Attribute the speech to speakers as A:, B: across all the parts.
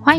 A: 欢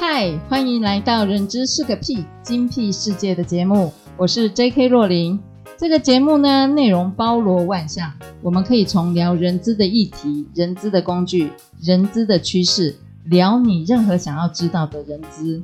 B: 嗨，欢迎来到《人知是个屁，精辟世界》的节目，我是 J.K. 若琳。这个节目呢，内容包罗万象，我们可以从聊人资的议题、人资的工具、人资的趋势，聊你任何想要知道的人资。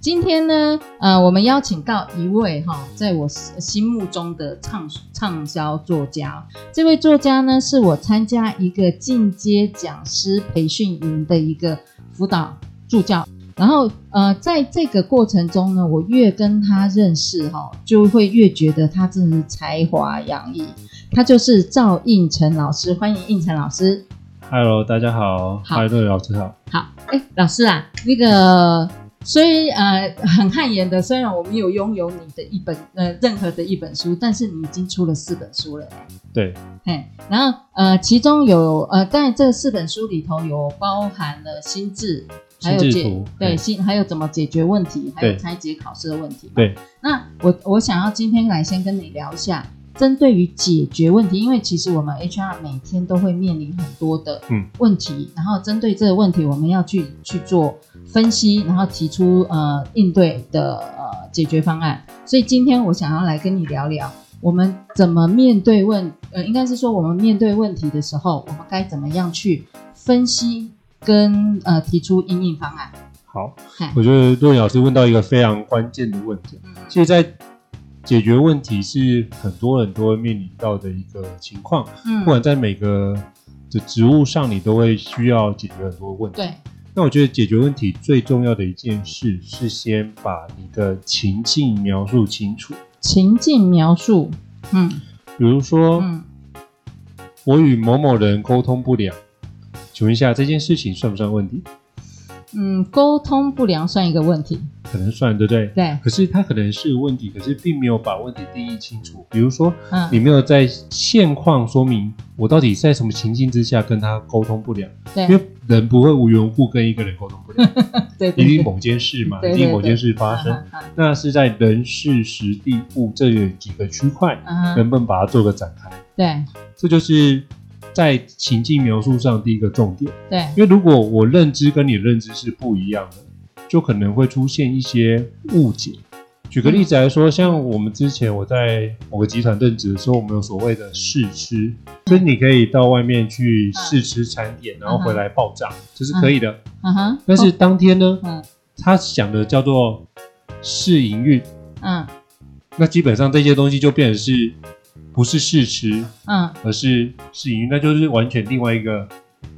B: 今天呢，呃，我们邀请到一位哈、在我心目中的畅畅销作家。这位作家呢，是我参加一个进阶讲师培训营的一个辅导助教。然后呃，在这个过程中呢，我越跟他认识哈、就会越觉得他真的是才华洋溢。他就是赵应成老师，欢迎应成老师。
C: Hello，大家好，
B: 好
C: 嗨，瑞老师好。
B: 好，哎，老师啊，那个虽呃很汗颜的，虽然我没有拥有你的一本呃任何的一本书，但是你已经出了四本书了。
C: 对，
B: 嘿，然后呃，其中有呃，在这四本书里头有包含了心智，还有
C: 心智
B: 解
C: 图
B: 对
C: 对
B: 心，还有怎么解决问题，还有
C: 对
B: 拆解考试的问题嘛。
C: 对，
B: 那我我想要今天来先跟你聊一下，针对于解决问题，因为其实我们 HR 每天都会面临很多的
C: 嗯
B: 问题，然后针对这个问题，我们要去去做分析，然后提出呃应对的呃解决方案。所以今天我想要来跟你聊聊，我们怎么面对问呃，应该是说我们面对问题的时候，我们该怎么样去分析跟呃提出应应方案。
C: 好，
B: 嗨
C: 我觉得瑞老师问到一个非常关键的问
B: 嗯
C: 题，其实，在解决问题是很多人都会面临到的一个情况，
B: 嗯
C: 不，管在每个的职务上，你都会需要解决很多问题。
B: 对，
C: 那我觉得解决问题最重要的一件事是先把你的情境描述清楚，
B: 情境描述，嗯
C: 比如说，
B: 嗯。
C: 我与某某人沟通不良，请问一下这件事情算不算问题？
B: 嗯，沟通不良算一个问题，
C: 可能算，对不对？
B: 对，
C: 可是它可能是问题，可是并没有把问题定义清楚。比如说，你
B: 嗯，
C: 没有在现况说明我到底在什么情境之下跟他沟通不良，因
B: 对，
C: 为人不会无缘无故跟一个人沟通 不良，
B: 对，
C: 一
B: 对
C: 定某件事嘛，
B: 对
C: 一
B: 对
C: 定某件事发 生。
B: 嗯嗯
C: 那是在人、事、时、地、物这几个区块，
B: 嗯嗯，
C: 能不能把它做个展开？
B: 对，
C: 这就是在情境描述上第一个重点。
B: 对，
C: 因为如果我认知跟你认知是不一样的，就可能会出现一些误解。举个例子来说，像我们之前我在某个集团任职的时候，我们有所谓的试吃，就是你可以到外面去试吃餐点，然后回来报账，这是可以的。
B: 嗯哼，
C: 但是当天呢，
B: 嗯
C: 他想的叫做试营运，
B: 嗯
C: 那基本上这些东西就变成是不是试吃，
B: 嗯，
C: 而是试营运，那就是完全另外一个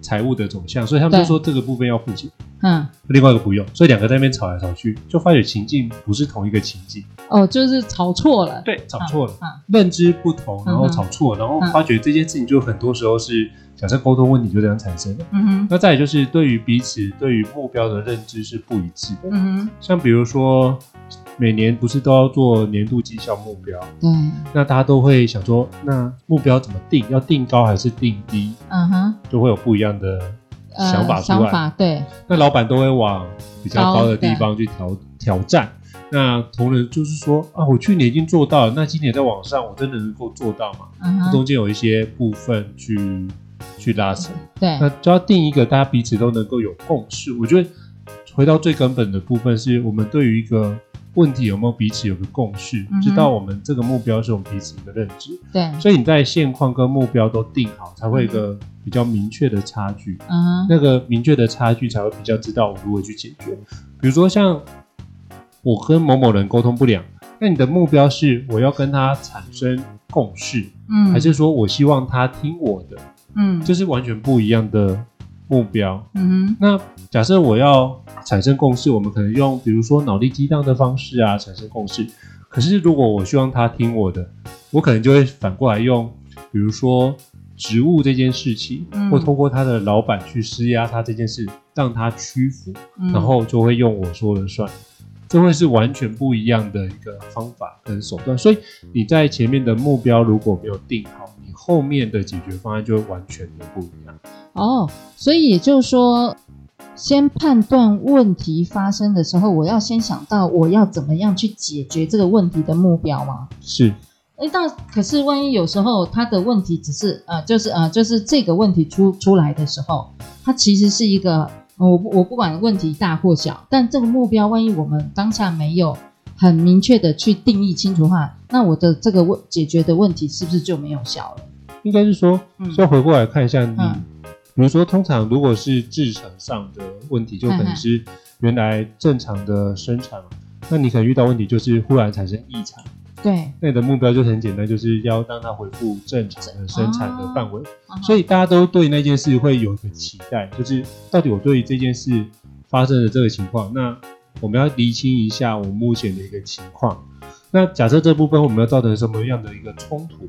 C: 财务的走向。所以他们就
B: 对
C: 说这个部分要付钱。
B: 嗯，
C: 另外一个不用，所以两个在那边吵来吵去，就发觉情境不是同一个情境，
B: 哦，就是吵错了，
C: 对，吵错了，
B: 嗯
C: 认知不同，然后
B: 嗯哼
C: 吵错了，然后发觉这件事情就很多时候是假设沟通问题就这样产生的。
B: 嗯哼，
C: 那再来就是对于彼此对于目标的认知是不一致的，
B: 嗯哼，
C: 像比如说每年不是都要做年度绩效目标，
B: 对，
C: 那大家都会想说，那目标怎么定？要定高还是定低？
B: 嗯哼，
C: 就会有不一样的
B: 呃
C: 想法出
B: 想
C: 来。
B: 法，对，
C: 那老板都会往比较高的地方去挑挑战。那同仁就是说啊，我去年已经做到了，那今年再往上，我真的能够做到吗？
B: 嗯
C: 中
B: 哼，
C: 间有一些部分去去拉扯，
B: 对，
C: 那就要定一个大家彼此都能够有共识。我觉得回到最根本的部分，是我们对于一个问题有没有彼此有个共识，
B: 嗯哼
C: 知道我们这个目标是我们彼此一个认知，
B: 对，
C: 所以你在现况跟目标都定好，才会有一个比较明确的差距。
B: 嗯哼，
C: 那个明确的差距才会比较知道我如何去解决。比如说像我跟某某人沟通不良，那你的目标是我要跟他产生共识，
B: 嗯，
C: 还是说我希望他听我的？
B: 嗯，
C: 这是完全不一样的目标。
B: 嗯
C: 那假设我要产生共识，我们可能用比如说脑力激荡的方式啊产生共识。可是如果我希望他听我的，我可能就会反过来用比如说职务这件事情，
B: 嗯
C: 或通过他的老板去施压他这件事，让他屈服，
B: 嗯
C: 然后就会用我说了算。这会是完全不一样的一个方法跟手段，所以你在前面的目标如果没有定好，你后面的解决方案就会完全的不一样。
B: 哦，所以也就是说，先判断问题发生的时候，我要先想到我要怎么样去解决这个问题的目标吗？
C: 是，
B: 诶，但可是万一有时候他的问题只是呃，就是呃，就是这个问题出出来的时候，它其实是一个呃我不我不管问题大或小，但这个目标万一我们当下没有很明确的去定义清楚的话，那我的这个问解决的问题是不是就没有效了？
C: 应该是说
B: 嗯，
C: 再回过来看一下你，
B: 嗯
C: 比如说，通常如果是制程上的问题，就
B: 嗯
C: 可能是原来正常的生产嘛，那你可能遇到问题就是忽然产生异常，
B: 对，
C: 那你的目标就很简单，就是要让它恢复正常的生产的范围。
B: 嗯
C: 所以大家都对那件事会有一个期待，就是到底我对于这件事发生的这个情况，那我们要厘清一下我目前的一个情况。那假设这部分我们要造成什么样的一个冲突？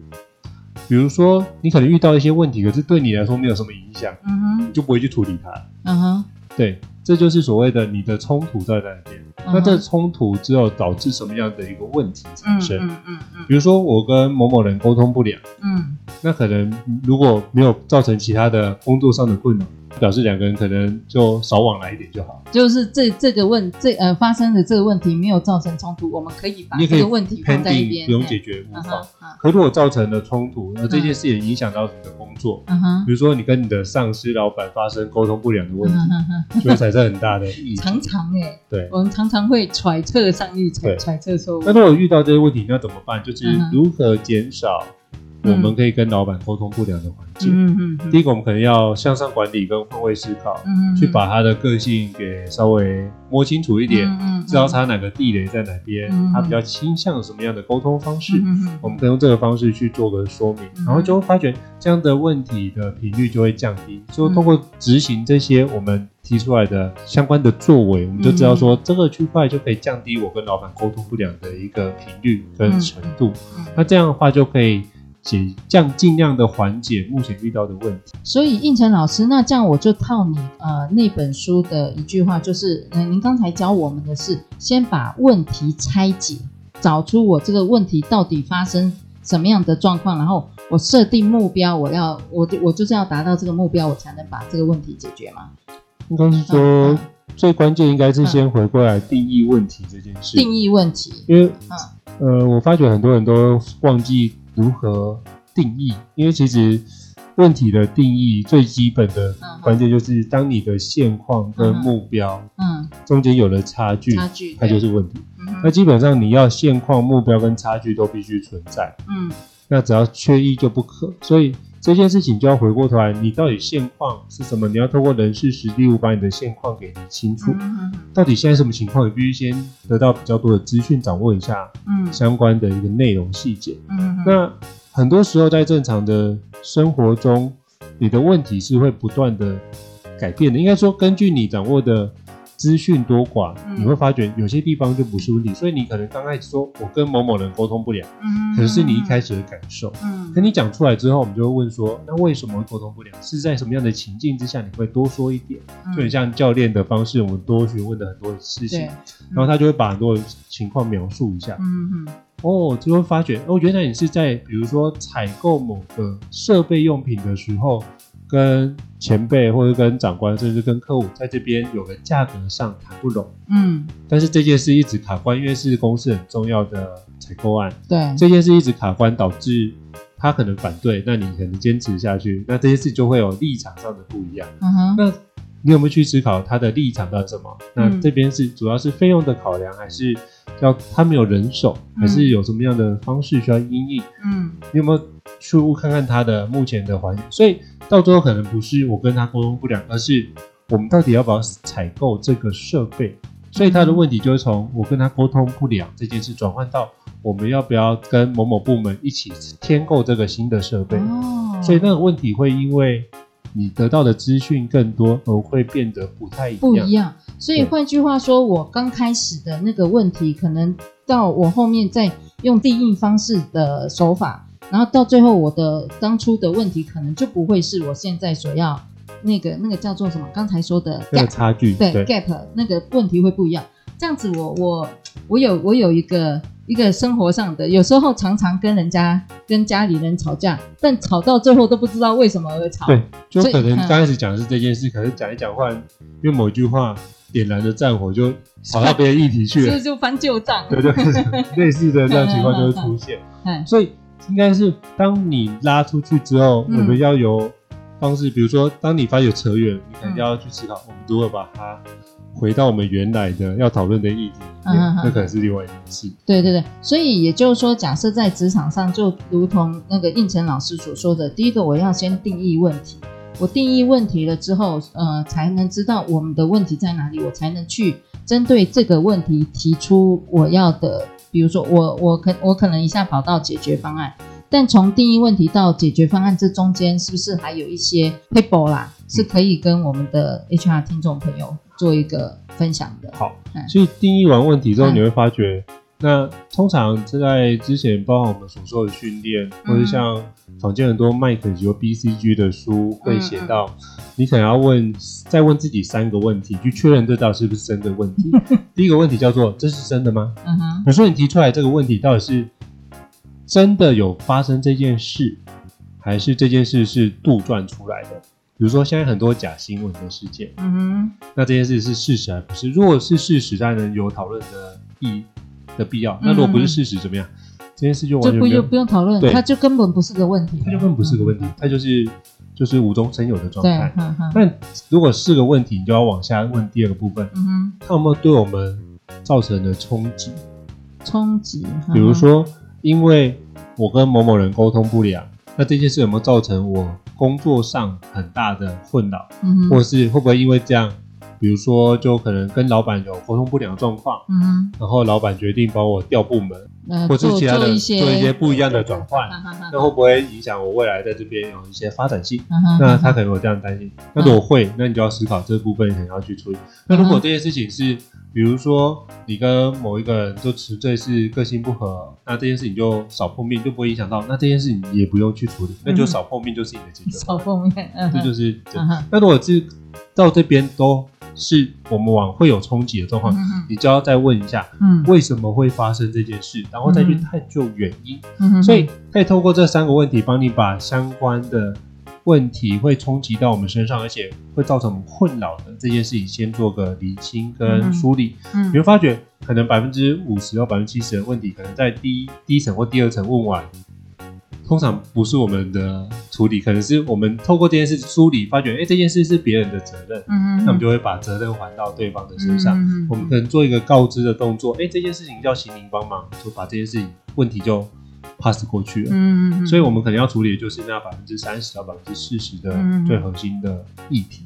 C: 比如说，你可能遇到一些问题，可是对你来说没有什么影响，
B: 嗯哼
C: 你就不会去处理它。
B: 嗯哼，
C: 对，这就是所谓的你的冲突在那边。
B: 嗯
C: 那这
B: 哼
C: 冲突之后导致什么样的一个问题产
B: 嗯
C: 生？
B: 嗯嗯嗯
C: 比如说，我跟某某人沟通不良。
B: 嗯
C: 那可能如果没有造成其他的工作上的困扰，表示两个人可能就少往来一点就好，
B: 就是这这个问这呃发生的这个问题没有造成冲突，我们可以把
C: 你也可
B: 这
C: 以
B: 个问题放在一
C: pending
B: 边，
C: 不用
B: 对
C: 解决无
B: 嗯
C: 妨
B: 哼。嗯
C: 可如果造成了冲突，那这件事也影响到你的工作，
B: 嗯哼
C: 比如说你跟你的上司、老板发生沟通不良的
B: 嗯
C: 问
B: 哼
C: 题，
B: 嗯哼，
C: 就会产生很大的意义。
B: 常常哎，
C: 对。
B: 我们常常会揣测上意，揣
C: 对
B: 揣测错误
C: 那。如果遇到这些问题，那怎么办？就是
B: 嗯哼
C: 如何减少我
B: 嗯
C: 们可以跟老板沟通不良的环节。
B: 嗯嗯嗯
C: 第一个，我们可能要向上管理跟换位思考，
B: 嗯
C: 去把他的个性给稍微摸清楚一点，
B: 嗯
C: 知道他哪个地雷在哪边，
B: 嗯
C: 他比较倾向什么样的沟通方式，
B: 嗯嗯
C: 我们可以用这个方式去做个说明，
B: 嗯
C: 然后就会发觉这样的问题的频率就会降低。所
B: 嗯
C: 以通过执行这些我们提出来的相关的作为，我们就知
B: 嗯
C: 道说这个区块就可以降低我跟老板沟通不良的一个频率跟程度
B: 嗯嗯。
C: 那这样的话就可以解降尽量的缓解目前遇到的问题。
B: 所以应成老师，那这样我就套你呃那本书的一句话，就是呃您刚才教我们的是先把问题拆解，找出我这个问题到底发生什么样的状况，然后我设定目标，我要我就我就是要达到这个目标，我才能把这个问题解决嘛。
C: 应该是
B: 嗯
C: 说
B: 嗯
C: 最关键应该是先回过来定义问题这件事。
B: 定义嗯问题，
C: 因为呃，我发觉很多人都忘记如何定义，因为其实问题的定义最基本的
B: 嗯哼
C: 关键就是，当你的现况跟
B: 嗯哼
C: 目标
B: 嗯，
C: 中间有了差距，
B: 差距，
C: 它就
B: 对，
C: 是问题。
B: 嗯哼
C: 那基本上你要现况、目标跟差距都必须存在，
B: 嗯
C: 那只要缺一就不可。所以这件事情就要回过头来，你到底现况是什么？你要透过人事实地物把你的现况给理清楚。
B: 嗯嗯
C: 到底现在什么情况，你必须先得到比较多的资讯，掌握一下
B: 嗯
C: 相关的一个内容细节。
B: 嗯，
C: 那很多时候在正常的生活中，你的问题是会不断的改变的。应该说，根据你掌握的资讯多寡，
B: 嗯
C: 你会发觉有些地方就不是问题。所以你可能刚开始说我跟某某人沟通不良，
B: 嗯
C: 可是你一开始的感受。
B: 嗯，
C: 可你讲出来之后，我们就会问说，那为什么会沟通不良？是在什么样的情境之下？你会多说一点，
B: 嗯
C: 就很像教练的方式，我们多询问的很多的事情
B: 对，，
C: 然后他就会把很多的情况描述一下。
B: 嗯嗯
C: 哦，就会发觉哦，原来你是在比如说采购某个设备用品的时候，跟前辈或者跟长官，甚至跟客户在这边有个价格上谈不拢，
B: 嗯，
C: 但是这件事一直卡关，因为是公司很重要的采购案，
B: 对，
C: 这件事一直卡关，导致他可能反对，那你可能坚持下去，那这件事就会有立场上的不一样。
B: 嗯哼，
C: 那你有没有去思考他的立场到底是什么？
B: 嗯
C: 那这边是主要是费用的考量，还是要他们有人手，
B: 嗯
C: 还是有什么样的方式需要因应？
B: 嗯
C: 你有没有去看看他的目前的环境？所以到最后可能不是我跟他沟通不良，而是我们到底要不要采购这个设备？所以他的问题就会从我跟他沟通不良这件事转换到我们要不要跟某某部门一起添购这个新的设备？
B: 哦，
C: 所以那个问题会因为你得到的资讯更多而会变得不太一
B: 不
C: 样
B: 一。样。所以
C: 对
B: 换句话说，我刚开始的那个问题，可能到我后面再用第一方式的手法，然后到最后我的当初的问题可能就不会是我现在所要那个那个叫做什么，刚才说的
C: 那个
B: gap，
C: 差距，
B: 对
C: 对
B: gap 那个问题会不一样。这样子我，我我有我有一个一个生活上的，有时候常常跟人家跟家里人吵架，但吵到最后都不知道为什么而吵。
C: 对，就
B: 所以
C: 可能
B: 嗯
C: 刚开始讲的是这件事，可是讲一讲话，因为某一句话点燃了战火，就跑到别的议题去
B: 所
C: 了
B: 以，就翻旧账。
C: 对对，对类似的这样情况就会出现。
B: 哎，
C: 所以应该是当你拉出去之后，
B: 嗯
C: 我们要有方式，比如说当你发现有扯远，你可能
B: 嗯
C: 要去思考，我们如何把它回到我们原来的要讨论的议题里
B: 嗯嗯
C: 面
B: 嗯，
C: 那可能是另外一件事。
B: 对对对，所以也就是说，假设在职场上，就如同那个应成老师所说的，第一个我要先定义问题，我定义问题了之后，呃，才能知道我们的问题在哪里，我才能去针对这个问题提出我要的，比如说我我可我可能一下跑到解决方案，但从定义问题到解决方案这中间，是不是还有一些 paper 啦，是可以跟我们的 HR 听众朋友做一个分享的？
C: 好
B: 嗯，
C: 所以定义完问题之后，
B: 嗯
C: 你会发觉，那通常在之前，包含我们所说的训练，或者像坊间很多麦肯锡或 BCG 的书，会写到，你可能要问，再问自己三个问题，去确认这到底是不是真的问题。第一个问题叫做：这是真的吗？
B: 嗯哼，
C: 比如说你提出来这个问题，到底是真的有发生这件事，还是这件事是杜撰出来的？比如说现在很多假新闻的事件。
B: 嗯哼。
C: 那这件事是事实还不是？如果是事实，当然有讨论的意的必要。那如果不是事实，怎么样？这件事
B: 就
C: 就完全
B: 嗯不
C: 没有
B: 用，不用讨论，
C: 对
B: 它就根本不是个问题，
C: 它就根本不是个问题，它就是就是无中生有的状
B: 对，
C: 态。
B: 嗯哼，
C: 但如果是个问题，你就要往下问第二个部分，
B: 嗯哼，
C: 它有没有对我们造成的冲击？
B: 冲击，
C: 比如说，因为我跟某某人沟通不良，那这件事有没有造成我工作上很大的困扰？
B: 嗯哼，嗯
C: 或
B: 哼，
C: 是会不会因为这样，比如说就可能跟老板有沟通不良的状况？
B: 嗯哼，
C: 然后老板决定帮我调部门，
B: 呃，
C: 或是
B: 做
C: 其他的
B: 做一些嗯
C: 做一些不一样的转换
B: 哈哈哈
C: 那会不会影响我未来在这边有一些发展性？
B: 嗯哼嗯
C: 那他可能有这样担心。那如果会，那你就要思考这部分，你可能要去处理。那如果这件事情是，比如说你跟某一个人就纯粹是个性不合，那这件事情就少碰面，就不会影响到。那这件事情也不用去处理，那就少碰面就是你的解决
B: 嗯少
C: 方案。
B: 碰面，嗯
C: 这
B: 哼，
C: 就是这
B: 嗯
C: 样。
B: 哼，
C: 那如果是到这边都是我们往会有冲击的状况，
B: 嗯哼
C: 你就要再问一下，
B: 嗯
C: 为什么会发生这件事，然后再去探究原因。
B: 嗯哼，
C: 所以可以透过这三个问题，帮你把相关的问题会冲击到我们身上，而且会造成我们困扰的这件事情，先做个厘清跟梳理。
B: 嗯
C: 你会发觉，可能百分之五十到百分之七十的问题，可能在第一第一层或第二层问完。通常不是我们的处理，可能是我们透过这件事梳理，发觉，哎、这件事是别人的责任，
B: 嗯哼，
C: 那我们就会把责任还到对方的身上。
B: 嗯哼
C: 我们可能做一个告知的动作，哎、这件事情叫请您帮忙，就把这件事情问题就 pass 过去了。
B: 嗯哼，
C: 所以，我们可能要处理的就是那百分之三十到百分之四十的
B: 嗯
C: 最核心的议题。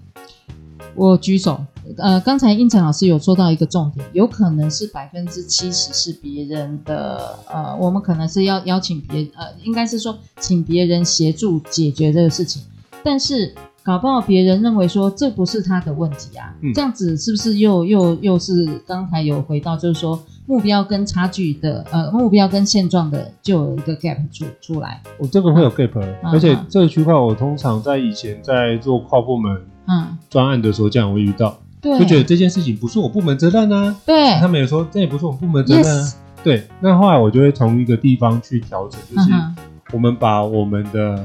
B: 我举手。呃，刚才应成老师有说到一个重点，有可能是百分之七十是别人的，呃，我们可能是要邀请别，呃，应该是说请别人协助解决这个事情，但是搞不好别人认为说这不是他的问题啊，
C: 嗯
B: 这样子是不是又又又是刚才有回到，就是说目标跟差距的，呃，目标跟现状的就有一个 gap 出出来，
C: 我这个会有 gap，、
B: 嗯
C: 而且
B: 嗯
C: 这个区块我通常在以前在做跨部门
B: 嗯，
C: 专案的时候，这样会遇到，
B: 对，
C: 就觉得这件事情不是我部门责任啊。
B: 对，
C: 他们也说这也不是我们部门责任啊。对，那后来我就会从一个地方去调整，
B: 嗯
C: 就是
B: 哼，
C: 我们把我们的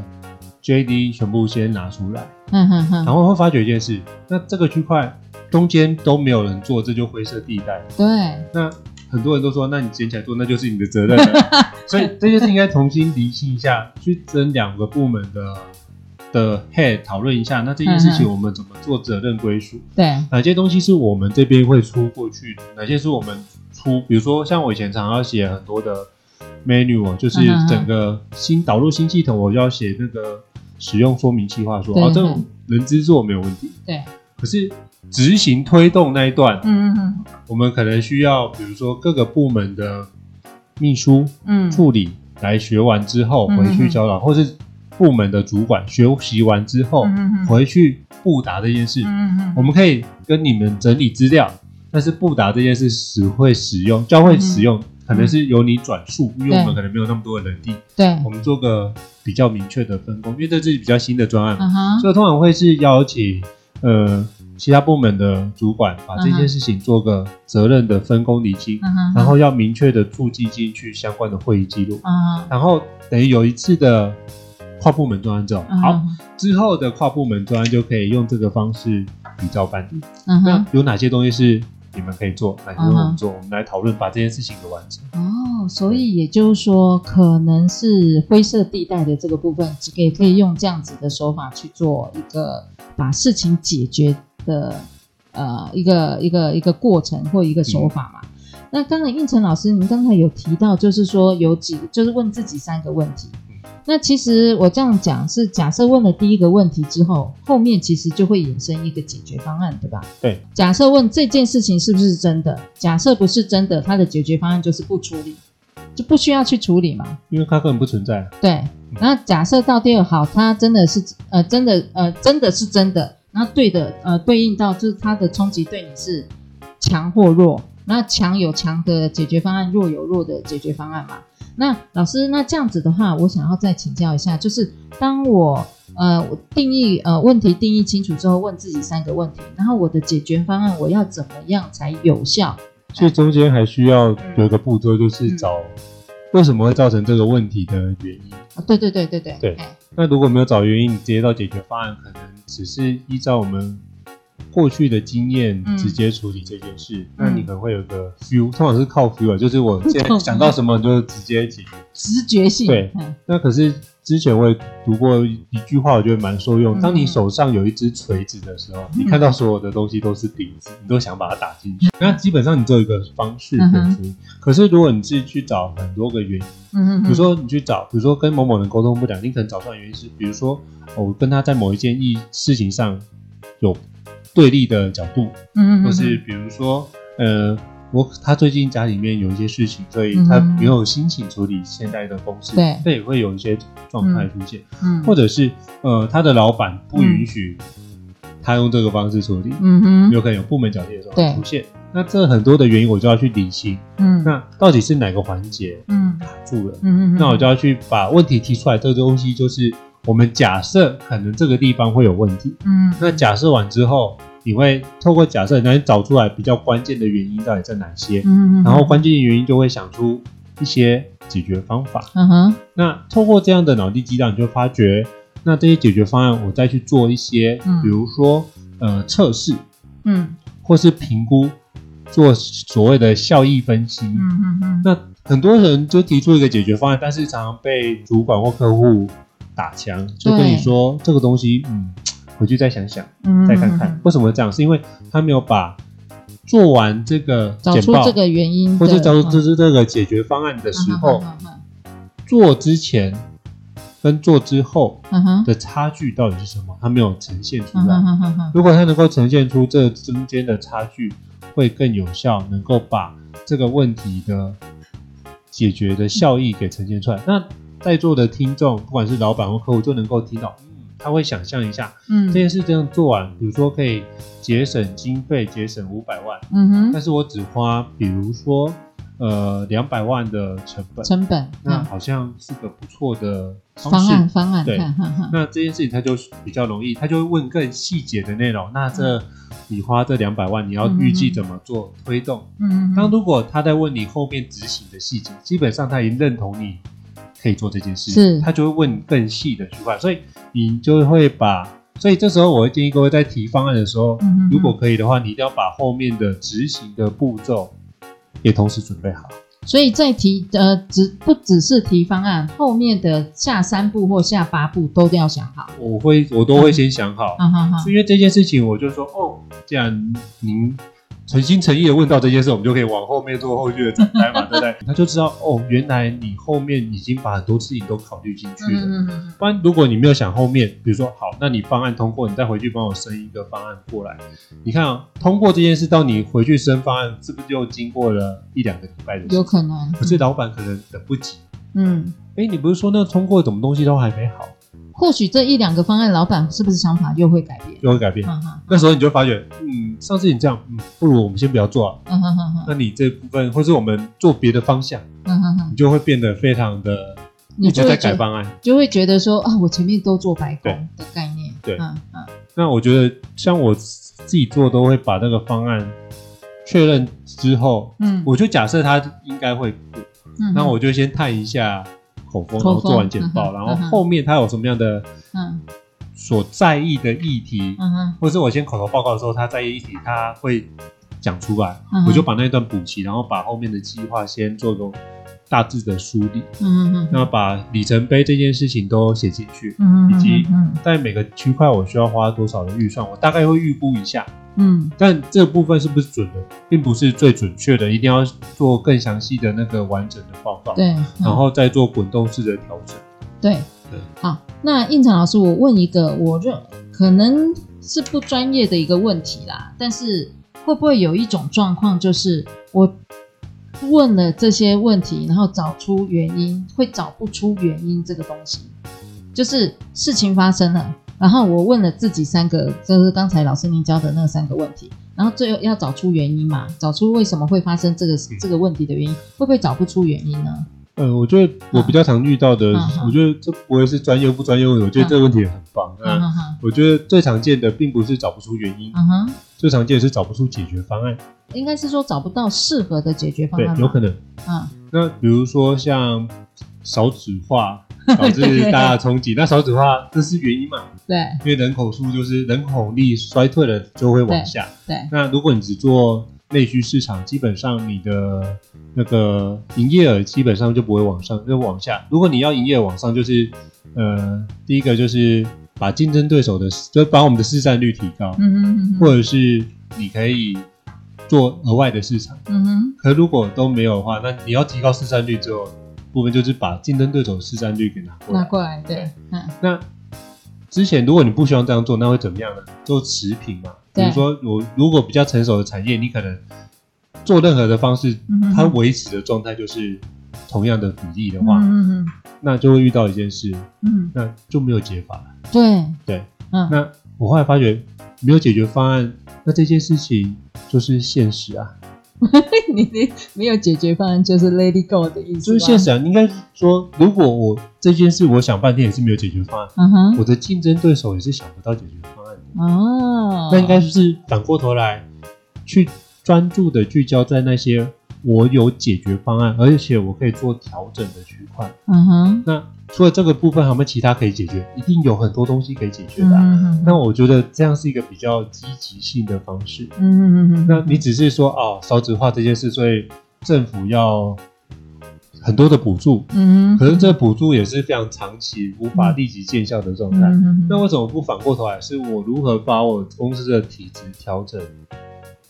C: JD 全部先拿出来。
B: 嗯哼哼，
C: 然后会发觉一件事，那这个区块中间都没有人做，这就灰色地带。
B: 对，
C: 那很多人都说，那你捡起来做，那就是你的责任了。所以这件事应该重新厘清一下，去跟两个部门的的 head 讨论一下，那这件事情我们怎么做责任归属？
B: 对，
C: 哪些东西是我们这边会出过去的，哪些是我们出，比如说像我以前常要写很多的 menu，哦就是
B: 嗯哼
C: 整个新导入新系统，我就要写那个使用说明计划说，
B: 对
C: 哦，这
B: 嗯
C: 种人资做没有问题，
B: 对，
C: 可是执行推动那一段，
B: 嗯嗯嗯。
C: 我们可能需要比如说各个部门的秘书、
B: 嗯，
C: 助理来学完之后
B: 嗯
C: 回去教导，或是部门的主管学习完之后、
B: 嗯嗯嗯
C: 回去布达这件事。
B: 嗯嗯
C: 我们可以跟你们整理资料，但是布达这件事只会使用，教会使用，可能是由你转述，因
B: 嗯
C: 为
B: 对
C: 我们可能没有那么多的能力，
B: 对，
C: 我们做个比较明确的分工，因为这是比较新的专案嘛，
B: 嗯哼，
C: 所以通常会是邀请呃其他部门的主管把这
B: 嗯哼
C: 件事情做个责任的分工厘清，
B: 嗯哼，
C: 然后要明确的注记进去相关的会议记录，
B: 嗯哼，
C: 然后等于有一次的跨部门专案之后，
B: 嗯哼
C: 好，，之后的跨部门专案就可以用这个方式比照办理。
B: 嗯
C: 那
B: 哼，
C: 有哪些东西是你们可以做，哪些东西我
B: 嗯哼
C: 们做？我们来讨论把这件事情给完成。
B: 哦，所以也就是说，可能是灰色地带的这个部分，也可以用这样子的手法去做一个把事情解决的呃一个一个一个过程或一个手法嘛。那刚才应成老师，您刚才有提到，就是说有几，就是问自己三个问题
C: 嗯。
B: 那其实我这样讲是假设问了第一个问题之后，后面其实就会衍生一个解决方案，对吧？
C: 对。
B: 假设问这件事情是不是真的，假设不是真的，它的解决方案就是不处理，就不需要去处理嘛。
C: 因为它根本不存在，
B: 对。那假设到第二好，它真的是呃真的呃真的是真的，那对的呃对应到就是它的冲击对你是强或弱，那强有强的解决方案，弱有弱的解决方案嘛。那老师，那这样子的话，我想要再请教一下，就是当我呃我定义呃问题定义清楚之后，问自己三个问题，然后我的解决方案我要怎么样才有效？
C: 所以中间还需要有一个步骤，
B: 嗯
C: 就是找为什么会造成这个问题的原因。
B: 啊对对对对对
C: 对
B: 哎
C: 那如果没有找原因，你直接到解决方案，可能只是依照我们过去的经验
B: 嗯
C: 直接处理这件事，那你可能会有个 feel，通常是靠 feel，啊就是我 现在想到什么就直接解决。
B: 直觉性
C: 对
B: 哎
C: 那可是之前我也读过一句话，我觉得蛮受用。当你手上有一只锤子的时候，你看到所有的东西都是钉子，你都想把它打进去。那基本上你只有一个方式可以处理。可是如果你是去找很多个原因，
B: 嗯嗯嗯，
C: 比如说你去找，比如说跟某某人沟通不良，你可能找出来的原因是，比如说哦我跟他在某一件意事情上有对立的角度，
B: 嗯嗯嗯
C: 或
B: 嗯
C: 是比如说，呃，我他最近家里面有一些事情，所以
B: 嗯
C: 他没有心情处理现在的公事，
B: 对
C: 这也会有一些状态出现，
B: 嗯
C: 或者是呃，他的老板不允许他用这个方式处理，
B: 嗯哼，
C: 有可能有部门角力的状
B: 对
C: 况出现。那这很多的原因，我就要去理清，
B: 嗯
C: 那到底是哪个环节
B: 嗯
C: 卡住了？
B: 嗯嗯，
C: 那我就要去把问题提出来。这个东西就是我们假设可能这个地方会有问题，
B: 嗯
C: 那假设完之后，你会透过假设来找出来比较关键的原因到底在哪些，
B: 嗯，
C: 然后关键的原因就会想出一些解决方法。
B: 嗯哼
C: 那透过这样的脑力激荡，你就发觉，那这些解决方案，我再去做一些
B: 嗯，
C: 比如说呃测试
B: 嗯
C: 或是评估，做所谓的效益分析。
B: 嗯嗯
C: 那很多人就提出一个解决方案，但是常常被主管或客户打枪，就跟
B: 对
C: 你说这个东西，嗯，回去再想想。
B: 嗯，
C: 再看看为什么会这样，是因为他没有把做完这个
B: 找
C: 简
B: 出
C: 报
B: 这，个嗯原因，
C: 或者找出这这个解决方案的时
B: 嗯
C: 候，做之前跟做之后
B: 嗯哼，
C: 的差距到底是什么，他没有呈现出
B: 嗯
C: 来。
B: 哼哼哼，
C: 如果他能够呈现出这中间的差距，会更有效，能够把这个问题的解决的效益给呈现出来。那在座的听众，不管是老板或客户，就能够听到，嗯，他会想象一下，
B: 嗯
C: 这件事这样做完，比如说可以节省经费，节省五百万，
B: 嗯哼，
C: 但是我只花，比如说呃两百万的成本，
B: 成本
C: 那好像是个不错的方
B: 方
C: 式
B: 案。方案，
C: 那这件事情他就比较容易，他就会问更细节的内容。那
B: 嗯
C: 这你花这两百万，你要预计怎么做推动？
B: 嗯，
C: 当如果他在问你后面执行的细节，基本上他已经认同你可以做这件事，
B: 是
C: 他就会问更细的区块，所以你就会把，所以这时候我会建议各位在提方案的时候，
B: 嗯哼哼
C: 如果可以的话，你一定要把后面的执行的步骤也同时准备好。
B: 所以在提呃只不只是提方案，后面的下三步或下八步都要想好，
C: 我会，我都会先想好，
B: 哈哈哈，
C: 因为这件事情，我就说哦，既然您诚心诚意的问到这件事，我们就可以往后面做后续的展开嘛，对 不对？他就知道哦，原来你后面已经把很多事情都考虑进去了。
B: 嗯嗯
C: 不然，如果你没有想后面，比如说好，那你方案通过，你再回去帮我申一个方案过来。你看、啊，通过这件事到你回去申方案，是不是又经过了一两个礼拜的时
B: 嗯，
C: 间？
B: 有可能，
C: 可是老板可能等不及。
B: 嗯
C: 哎，你不是说那通过什么东西都还没好？
B: 或许这一两个方案，老板是不是想法又会改变？
C: 就会改变。哎
B: 哈哈，
C: 那时候你就会发觉，嗯，上次你这样，嗯，不如我们先不要做啊。
B: 嗯哼哼哼，
C: 那你这部分，或是我们做别的方向，
B: 嗯哼哼，
C: 你就会变得非常的
B: 你
C: 一直
B: 就
C: 在
B: 会
C: 改
B: 觉
C: 方案。
B: 就会觉得说啊，我前面都做白工的概念，
C: 对
B: 嗯嗯
C: 那我觉得，像我自己做，都会把那个方案确认之后，
B: 嗯，
C: 我就假设他应该会过，
B: 嗯
C: 那我就先探一下口风，然
B: 口
C: 后做
B: 风
C: 完简报，
B: 嗯哼
C: 然
B: 嗯
C: 后
B: 哼
C: 后面他有什么样的
B: 嗯
C: 所在意的议题，
B: 嗯哼
C: 或是我先口头报告的时候，他在意议题他会讲出来，
B: 嗯哼
C: 我就把那一段补齐，然后把后面的计划先做个大致的梳理，
B: 嗯哼
C: 那把里程碑这件事情都写进去。
B: 嗯，
C: 以及
B: 嗯
C: 在每个区块我需要花多少的预算，我大概会预估一下，
B: 嗯
C: 但这部分是不是准的，并不是最准确的，一定要做更详细的那个完整的报告，
B: 对，嗯
C: 然后再做滚动式的调整。
B: 对
C: 对
B: 好，那应场老师，我问一个，我认可能是不专业的一个问题啦，但是会不会有一种状况，就是我问了这些问题，然后找出原因，会找不出原因这个东西，就是事情发生了。然后我问了自己三个，就是刚才老师您教的那三个问题，然后最后要找出原因嘛，找出为什么会发生这个这个问题的原因，会不会找不出原因呢？
C: 呃，我觉得我比较常遇到的，
B: 嗯嗯嗯
C: 我觉得这不会是专业不专业问题，我觉得这个问题也很棒。
B: 嗯
C: 那
B: 哼哼，
C: 我觉得最常见的并不是找不出原因，
B: 嗯哼。
C: 最常见的是找不出解决方案。
B: 应该是说找不到适合的解决方
C: 对
B: 案，吧，
C: 有可能。
B: 嗯
C: 那比如说像少子 化导致大家的冲击，那少子化这是原因嘛？
B: 对
C: 因为人口数就是人口力衰退了就会往下。
B: 对，
C: 那如果你只做内需市场，基本上你的那个营业额基本上就不会往上，就往下。如果你要营业额往上，就是呃，第一个就是把竞争对手的，就把我们的市占率提高，
B: 嗯哼嗯哼，
C: 或者是你可以做额外的市场。
B: 嗯哼
C: 可如果都没有的话，那你要提高市占率之后，部分就是把竞争对手的市占率给拿过
B: 拿
C: 来。
B: 过来，对，嗯
C: 那之前如果你不希望这样做，那会怎么样呢？做持平嘛，比
B: 对
C: 如说我如果比较成熟的产业，你可能做任何的方式
B: 嗯哼，
C: 它维持的状态就是同样的比例的话，
B: 嗯嗯
C: 那就会遇到一件事，
B: 嗯，
C: 那就没有解法了。
B: 对
C: 对，
B: 嗯
C: 那我后来发觉没有解决方案，那这件事情就是现实啊。
B: 你的没有解决方案就是 Lady Go 的意思
C: 就
B: 吧，
C: 是现实啊，应该说，如果我这件事我想半天也是没有解决方案，
B: 嗯哼
C: 我的竞争对手也是想不到解决方案的，
B: 哦，
C: 那应该是反过头来去专注的聚焦在那些我有解决方案，而且我可以做调整的区块。
B: 嗯哼
C: 那除了这个部分，还有没有其他可以解决？一定有很多东西可以解决的啊、
B: 嗯哼
C: 那我觉得这样是一个比较积极性的方式。
B: 嗯嗯嗯，
C: 那你只是说哦，少子化这件事，所以政府要很多的补助，
B: 嗯哼，
C: 可是这补助也是非常长期无法立即见效的状态。
B: 嗯
C: 那为什么不反过头来，是我如何把我公司的体质调整、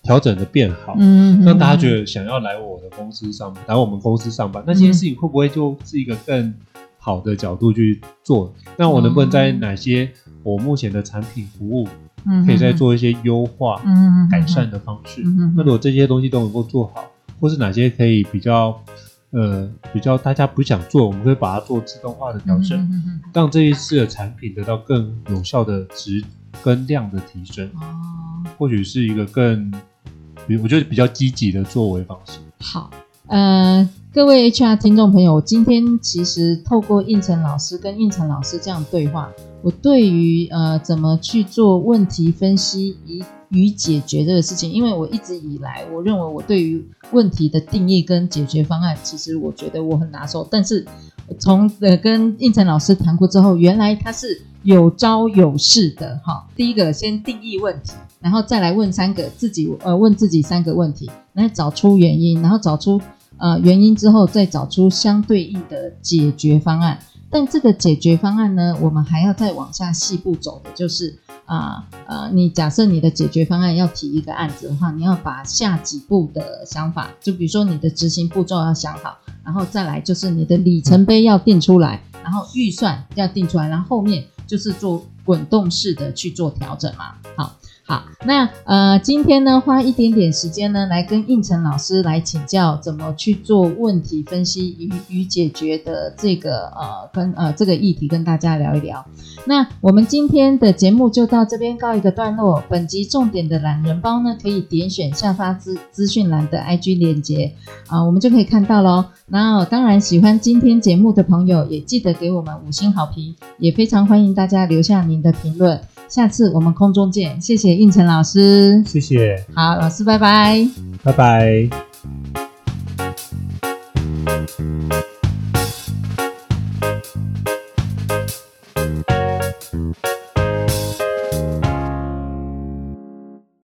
C: 调整的变好，
B: 嗯，
C: 让大家觉
B: 得
C: 得想要来我的公司上班，来我们公司上班，那
B: 嗯
C: 这件事情会不会就是一个更好的角度去做？那我能不能
B: 嗯
C: 在哪些我目前的产品服务可以再做一些优化、
B: 嗯
C: 改善的方式？
B: 嗯
C: 那如果这些东西都能够做好，或是哪些可以比较呃比较大家不想做，我们会把它做自动化的调整，
B: 嗯
C: 让这一次的产品得到更有效的值跟量的提升，
B: 哦。
C: 或许是一个更比我觉得比较积极的作为方式。
B: 好，呃，各位 HR 听众朋友，我今天其实透过应成老师跟应成老师这样对话，我对于呃怎么去做问题分析以与解决这个事情，因为我一直以来我认为我对于问题的定义跟解决方案，其实我觉得我很拿手，但是从呃跟应成老师谈过之后，原来他是有招有式的哈。第一个先定义问题，然后再来问三个自己呃问自己三个问题，来找出原因，然后找出呃原因之后，再找出相对应的解决方案。但这个解决方案呢，我们还要再往下细步走的，就是啊呃你假设你的解决方案要提一个案子的话，你要把下几步的想法，就比如说你的执行步骤要想好，然后再来就是你的里程碑要定出来，然后预算要定出来，然后后面就是做滚动式的去做调整嘛。好，好，那呃，今天呢，花一点点时间呢，来跟应成老师来请教怎么去做问题分析与与解决的这个呃跟呃这个议题，跟大家聊一聊。那我们今天的节目就到这边告一个段落。本集重点的懒人包呢，可以点选下发资资讯栏的 IG 链接啊、我们就可以看到喽。然后，当然喜欢今天节目的朋友，也记得给我们五星好评，也非常欢迎大家留下您的评论。下次我们空中见，谢谢应成老师。
D: 谢谢，
B: 好，老师拜拜。
D: 拜拜。